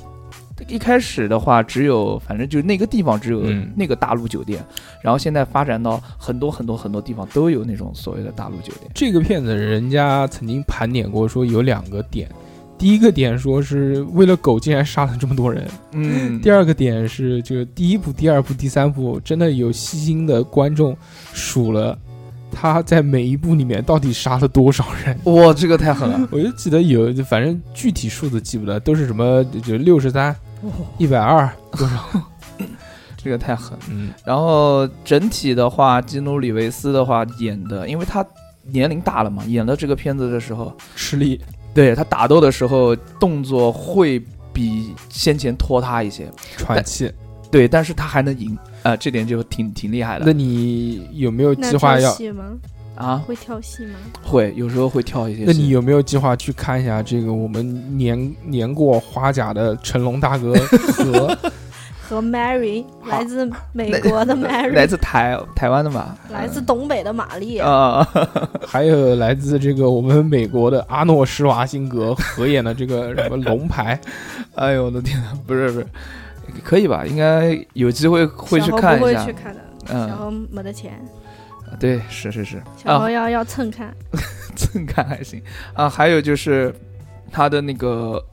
[SPEAKER 2] 一开始的话，只有反正就那个地方只有
[SPEAKER 1] 嗯
[SPEAKER 2] 那个大陆酒店，然后现在发展到很多很多很多地方都有那种所谓的大陆酒店。
[SPEAKER 1] 这个片子人家曾经盘点过，说有两个点。第一个点说是为了狗竟然杀了这么多人，
[SPEAKER 2] 嗯
[SPEAKER 1] 第二个点是就是第一部、第二部、第三部真的有细心的观众数了他在每一部里面到底杀了多少人。
[SPEAKER 2] 哇，这个太狠 了！
[SPEAKER 1] 我就记得有，反正具体数字记不得，都是什么就六十三、一百二多少。
[SPEAKER 2] 这个太狠了。
[SPEAKER 1] 嗯，
[SPEAKER 2] 然后整体的话，基努里维斯的话演的，因为他年龄大了嘛，演了这个片子的时候，
[SPEAKER 1] 吃力。
[SPEAKER 2] 对他打斗的时候动作会比先前拖沓一些，
[SPEAKER 1] 喘气。
[SPEAKER 2] 对，但是他还能赢啊、这点就挺挺厉害
[SPEAKER 1] 那
[SPEAKER 2] 的
[SPEAKER 1] 你有没有
[SPEAKER 3] 那
[SPEAKER 1] 计划
[SPEAKER 3] 跳
[SPEAKER 1] 要？
[SPEAKER 3] 戏吗？
[SPEAKER 2] 啊。
[SPEAKER 3] 会跳戏吗？
[SPEAKER 2] 会有时候会跳一些戏。
[SPEAKER 1] 那你有没有计划去看一下这个我们年年过花甲的成龙大哥 和
[SPEAKER 3] 和 Mary，来自美国 的 Mary，
[SPEAKER 2] 来自台台湾的嘛？
[SPEAKER 3] 来自东北的玛丽，
[SPEAKER 2] 啊，
[SPEAKER 1] 还有来自这个我们美国的阿诺施瓦辛格合演的这个什么龙牌？
[SPEAKER 2] 哎呦我的天呐，不是不是，可以吧？应该有机会会去
[SPEAKER 3] 小猴
[SPEAKER 2] 看
[SPEAKER 3] 不会
[SPEAKER 2] 一下
[SPEAKER 3] 去。看的，小
[SPEAKER 2] 嗯，
[SPEAKER 3] 猴没得钱，
[SPEAKER 2] 对，是是 是
[SPEAKER 3] 小
[SPEAKER 2] 啊
[SPEAKER 3] 猴，要要蹭看。
[SPEAKER 1] 嗯
[SPEAKER 2] 蹭看还行啊。还有就是他的那个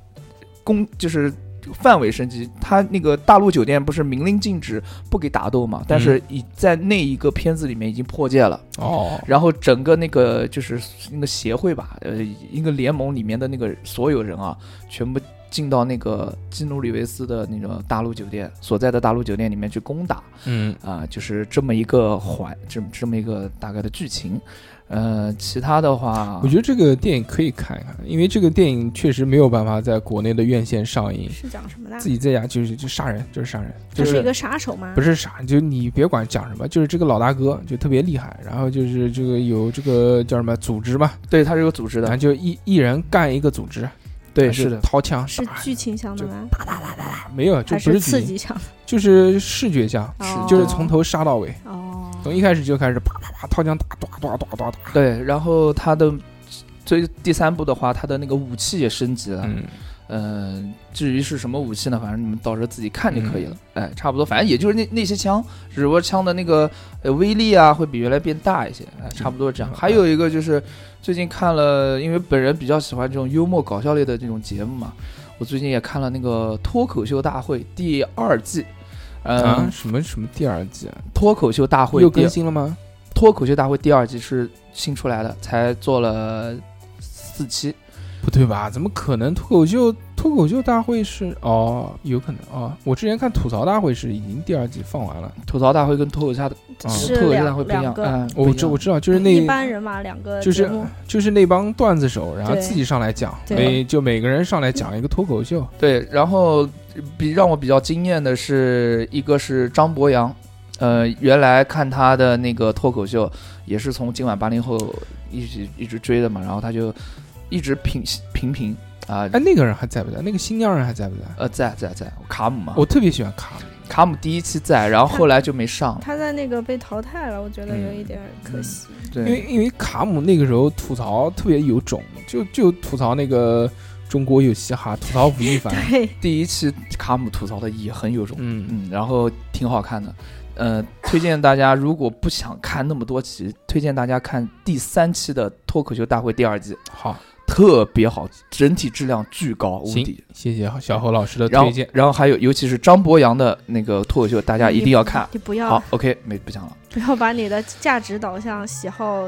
[SPEAKER 2] 攻，就是范围升级。他那个大陆酒店不是明令禁止不给打斗嘛，但是已在那一个片子里面已经破戒了。
[SPEAKER 1] 哦，
[SPEAKER 2] 然后整个那个就是那个协会吧，呃，一个联盟里面的那个所有人啊，全部进到那个基努里维斯的那个大陆酒店所在的大陆酒店里面去攻打。
[SPEAKER 1] 嗯，
[SPEAKER 2] 啊，就是这么一个环，这么这么一个大概的剧情。呃，其他的话，
[SPEAKER 1] 我觉得这个电影可以看一看，因为这个电影确实没有办法在国内的院线上映。
[SPEAKER 3] 是讲什么的？
[SPEAKER 1] 自己在家就是就杀人，就是杀人，
[SPEAKER 3] 他
[SPEAKER 1] 就是
[SPEAKER 3] 一个杀手吗？
[SPEAKER 1] 不是傻，就你别管讲什么，就是这个老大哥就特别厉害，然后就是这个有这个叫什么组织嘛，
[SPEAKER 2] 对它是有组织
[SPEAKER 1] 然后
[SPEAKER 2] 的，
[SPEAKER 1] 就一一人干一个组织，
[SPEAKER 2] 对，
[SPEAKER 1] 哎就是
[SPEAKER 2] 的，
[SPEAKER 1] 掏枪
[SPEAKER 3] 是
[SPEAKER 1] 打
[SPEAKER 3] 剧情向的吗？
[SPEAKER 1] 没有，就
[SPEAKER 3] 还
[SPEAKER 1] 不是
[SPEAKER 3] 刺
[SPEAKER 1] 剧情，
[SPEAKER 3] 激向的？
[SPEAKER 1] 就是视觉向，
[SPEAKER 3] 哦
[SPEAKER 1] 就是从头杀到尾，
[SPEAKER 3] 哦，
[SPEAKER 1] 从一开始就开始啪啪啪掏枪打，打打打打打，
[SPEAKER 2] 对。然后它的最第三部的话，它的那个武器也升级了。
[SPEAKER 1] 嗯，
[SPEAKER 2] 嗯、至于是什么武器呢？反正你们到时候自己看就可以了。
[SPEAKER 1] 嗯
[SPEAKER 2] 哎，差不多，反正也就是那那些枪，只不过枪的那个呃威力啊，会比原来变大一些。哎，差不多这样。
[SPEAKER 1] 嗯
[SPEAKER 2] 还有一个就是最近看了，因为本人比较喜欢这种幽默搞笑类的这种节目嘛。我最近也看了那个《脱口秀大会》第二季，嗯，
[SPEAKER 1] 啊，什么什么第二季啊？
[SPEAKER 2] 脱口秀大会
[SPEAKER 1] 又
[SPEAKER 2] 第
[SPEAKER 1] 更新了吗？
[SPEAKER 2] 脱口秀大会第二季是新出来的，才做了四期。
[SPEAKER 1] 不对吧？怎么可能？脱口秀脱口秀大会是哦，有可能哦。我之前看吐槽大会是已经第二季放完了。
[SPEAKER 2] 吐槽大会跟脱口秀大
[SPEAKER 1] 嗯
[SPEAKER 3] 是
[SPEAKER 2] 脱口秀大会不一
[SPEAKER 3] 两两，
[SPEAKER 2] 样
[SPEAKER 3] 个
[SPEAKER 2] 嗯，不
[SPEAKER 1] 我
[SPEAKER 2] 一
[SPEAKER 1] 知
[SPEAKER 2] 样
[SPEAKER 1] 哦我知道，就是
[SPEAKER 3] 一
[SPEAKER 1] 那
[SPEAKER 3] 般人嘛，两个
[SPEAKER 1] 就是
[SPEAKER 3] 节目
[SPEAKER 1] 就是那帮段子手，然后
[SPEAKER 3] 对
[SPEAKER 1] 自己上来讲，
[SPEAKER 3] 对
[SPEAKER 1] 每就每个人上来讲一个脱口 秀。
[SPEAKER 2] 对，然后比让我比较惊艳的是，一个是张博洋，呃，原来看他的那个脱口秀，也是从今晚八零后一直一直追的嘛，然后他就一直频频频啊，
[SPEAKER 1] 哎，那个人还在不在？那个新疆人还在不在？
[SPEAKER 2] 呃，在在在卡姆嘛，
[SPEAKER 1] 我特别喜欢卡，
[SPEAKER 2] 卡姆第一期在，然后后来就没上了，
[SPEAKER 3] 他在那个被淘汰了，我觉得
[SPEAKER 2] 嗯
[SPEAKER 3] 有一点可惜。
[SPEAKER 1] 因为
[SPEAKER 2] 对，
[SPEAKER 1] 因为卡姆那个时候吐槽特别有种，就就吐槽那个中国有嘻哈，吐槽吴亦
[SPEAKER 2] 啊
[SPEAKER 1] 凡。
[SPEAKER 3] 对，
[SPEAKER 2] 第一期卡姆吐槽的也很有种。
[SPEAKER 1] 嗯，
[SPEAKER 2] 嗯，然后挺好看的。呃，推荐大家如果不想看那么多期，推荐大家看第三期的《脱口秀大会》第二季，
[SPEAKER 1] 好，
[SPEAKER 2] 特别好，整体质量巨高无
[SPEAKER 1] 行
[SPEAKER 2] 敌。
[SPEAKER 1] 谢谢小侯老师的
[SPEAKER 2] 然后
[SPEAKER 1] 推荐，。
[SPEAKER 2] 然后还有，尤其是张博洋的那个脱口秀，大家一定要看。
[SPEAKER 3] 你不要
[SPEAKER 2] 好，OK，没不讲了。
[SPEAKER 3] 不要把你的价值导向、喜好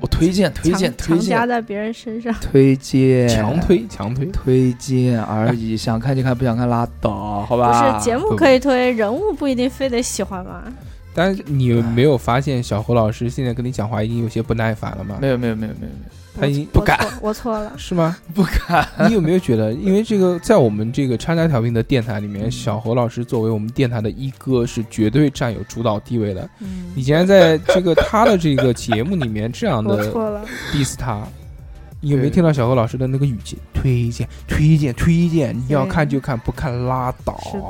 [SPEAKER 2] 我推荐，推荐，
[SPEAKER 3] 强
[SPEAKER 2] 推
[SPEAKER 3] 强加
[SPEAKER 2] 荐，
[SPEAKER 3] 在别人身 上。
[SPEAKER 2] 推荐，
[SPEAKER 1] 强推强推，
[SPEAKER 2] 推荐而已。想看就看，不想看拉倒，好
[SPEAKER 3] 不
[SPEAKER 2] 吧？
[SPEAKER 3] 是节目可以推，人物不一定非得喜欢嘛。
[SPEAKER 1] 但是你有没有发现小侯老师现在跟你讲话已经有些不耐烦了吗？
[SPEAKER 2] 没有，没有，没有，没有，没
[SPEAKER 1] 他已经
[SPEAKER 3] 我
[SPEAKER 2] 不敢
[SPEAKER 3] 错，我错 了。
[SPEAKER 1] 是吗？
[SPEAKER 2] 有，不看。
[SPEAKER 1] 你有没有觉得，因为这个在我们这个叉叉调频的电台里面，小侯老师作为我们电台的一哥是绝对占有主导地位的。
[SPEAKER 3] 嗯
[SPEAKER 1] 你，竟然在这个他的这个节目里面这样
[SPEAKER 3] 我
[SPEAKER 1] 的
[SPEAKER 3] 错了。
[SPEAKER 1] diss 他。你有没有听到小何老师的那个语气？推荐，推荐，推荐！你要看就看，不看拉倒。
[SPEAKER 3] 是的，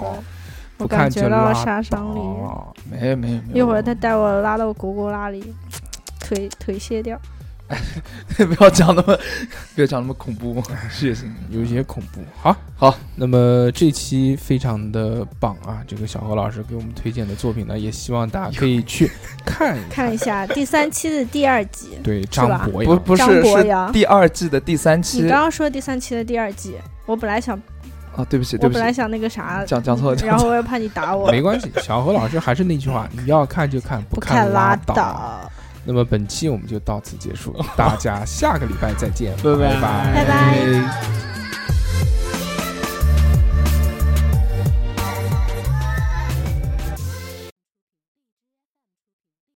[SPEAKER 1] 不
[SPEAKER 3] 我
[SPEAKER 1] 看
[SPEAKER 3] 感
[SPEAKER 1] 就
[SPEAKER 3] 觉到
[SPEAKER 1] 拉
[SPEAKER 3] 了杀伤力。
[SPEAKER 1] 倒。
[SPEAKER 2] 没有，没有，没有。
[SPEAKER 3] 一会儿他带我拉到古古拉里，腿腿卸掉。
[SPEAKER 2] 不要讲那么，不要讲那么恐怖血腥。
[SPEAKER 1] 有些恐怖。好，
[SPEAKER 2] 好，
[SPEAKER 1] 那么这期非常的棒啊！这个小何老师给我们推荐的作品呢，也希望大家可以去看一
[SPEAKER 3] 看一下第三期的第二集，
[SPEAKER 1] 对，张博
[SPEAKER 2] 不
[SPEAKER 1] 洋，
[SPEAKER 2] 不
[SPEAKER 3] 张
[SPEAKER 2] 是
[SPEAKER 3] 博
[SPEAKER 2] 是
[SPEAKER 3] 洋。
[SPEAKER 2] 第二季的第三
[SPEAKER 3] 你
[SPEAKER 2] 期
[SPEAKER 3] 刚刚说第三期的第二季，我本来想，
[SPEAKER 2] 啊，对不起
[SPEAKER 3] 我
[SPEAKER 2] 对不
[SPEAKER 3] 本
[SPEAKER 2] 起，
[SPEAKER 3] 来想那个啥，
[SPEAKER 2] 讲讲错了
[SPEAKER 3] 然
[SPEAKER 2] 讲错
[SPEAKER 3] 后
[SPEAKER 2] 了。
[SPEAKER 3] 我又怕你打我，
[SPEAKER 1] 没关系。小何老师还是那句话，你要看就看，不
[SPEAKER 3] 不看
[SPEAKER 1] 拉倒。
[SPEAKER 3] 倒。
[SPEAKER 1] 那么本期我们就到此结束，大家下个礼拜再见，
[SPEAKER 2] 拜拜
[SPEAKER 1] 拜
[SPEAKER 3] 拜拜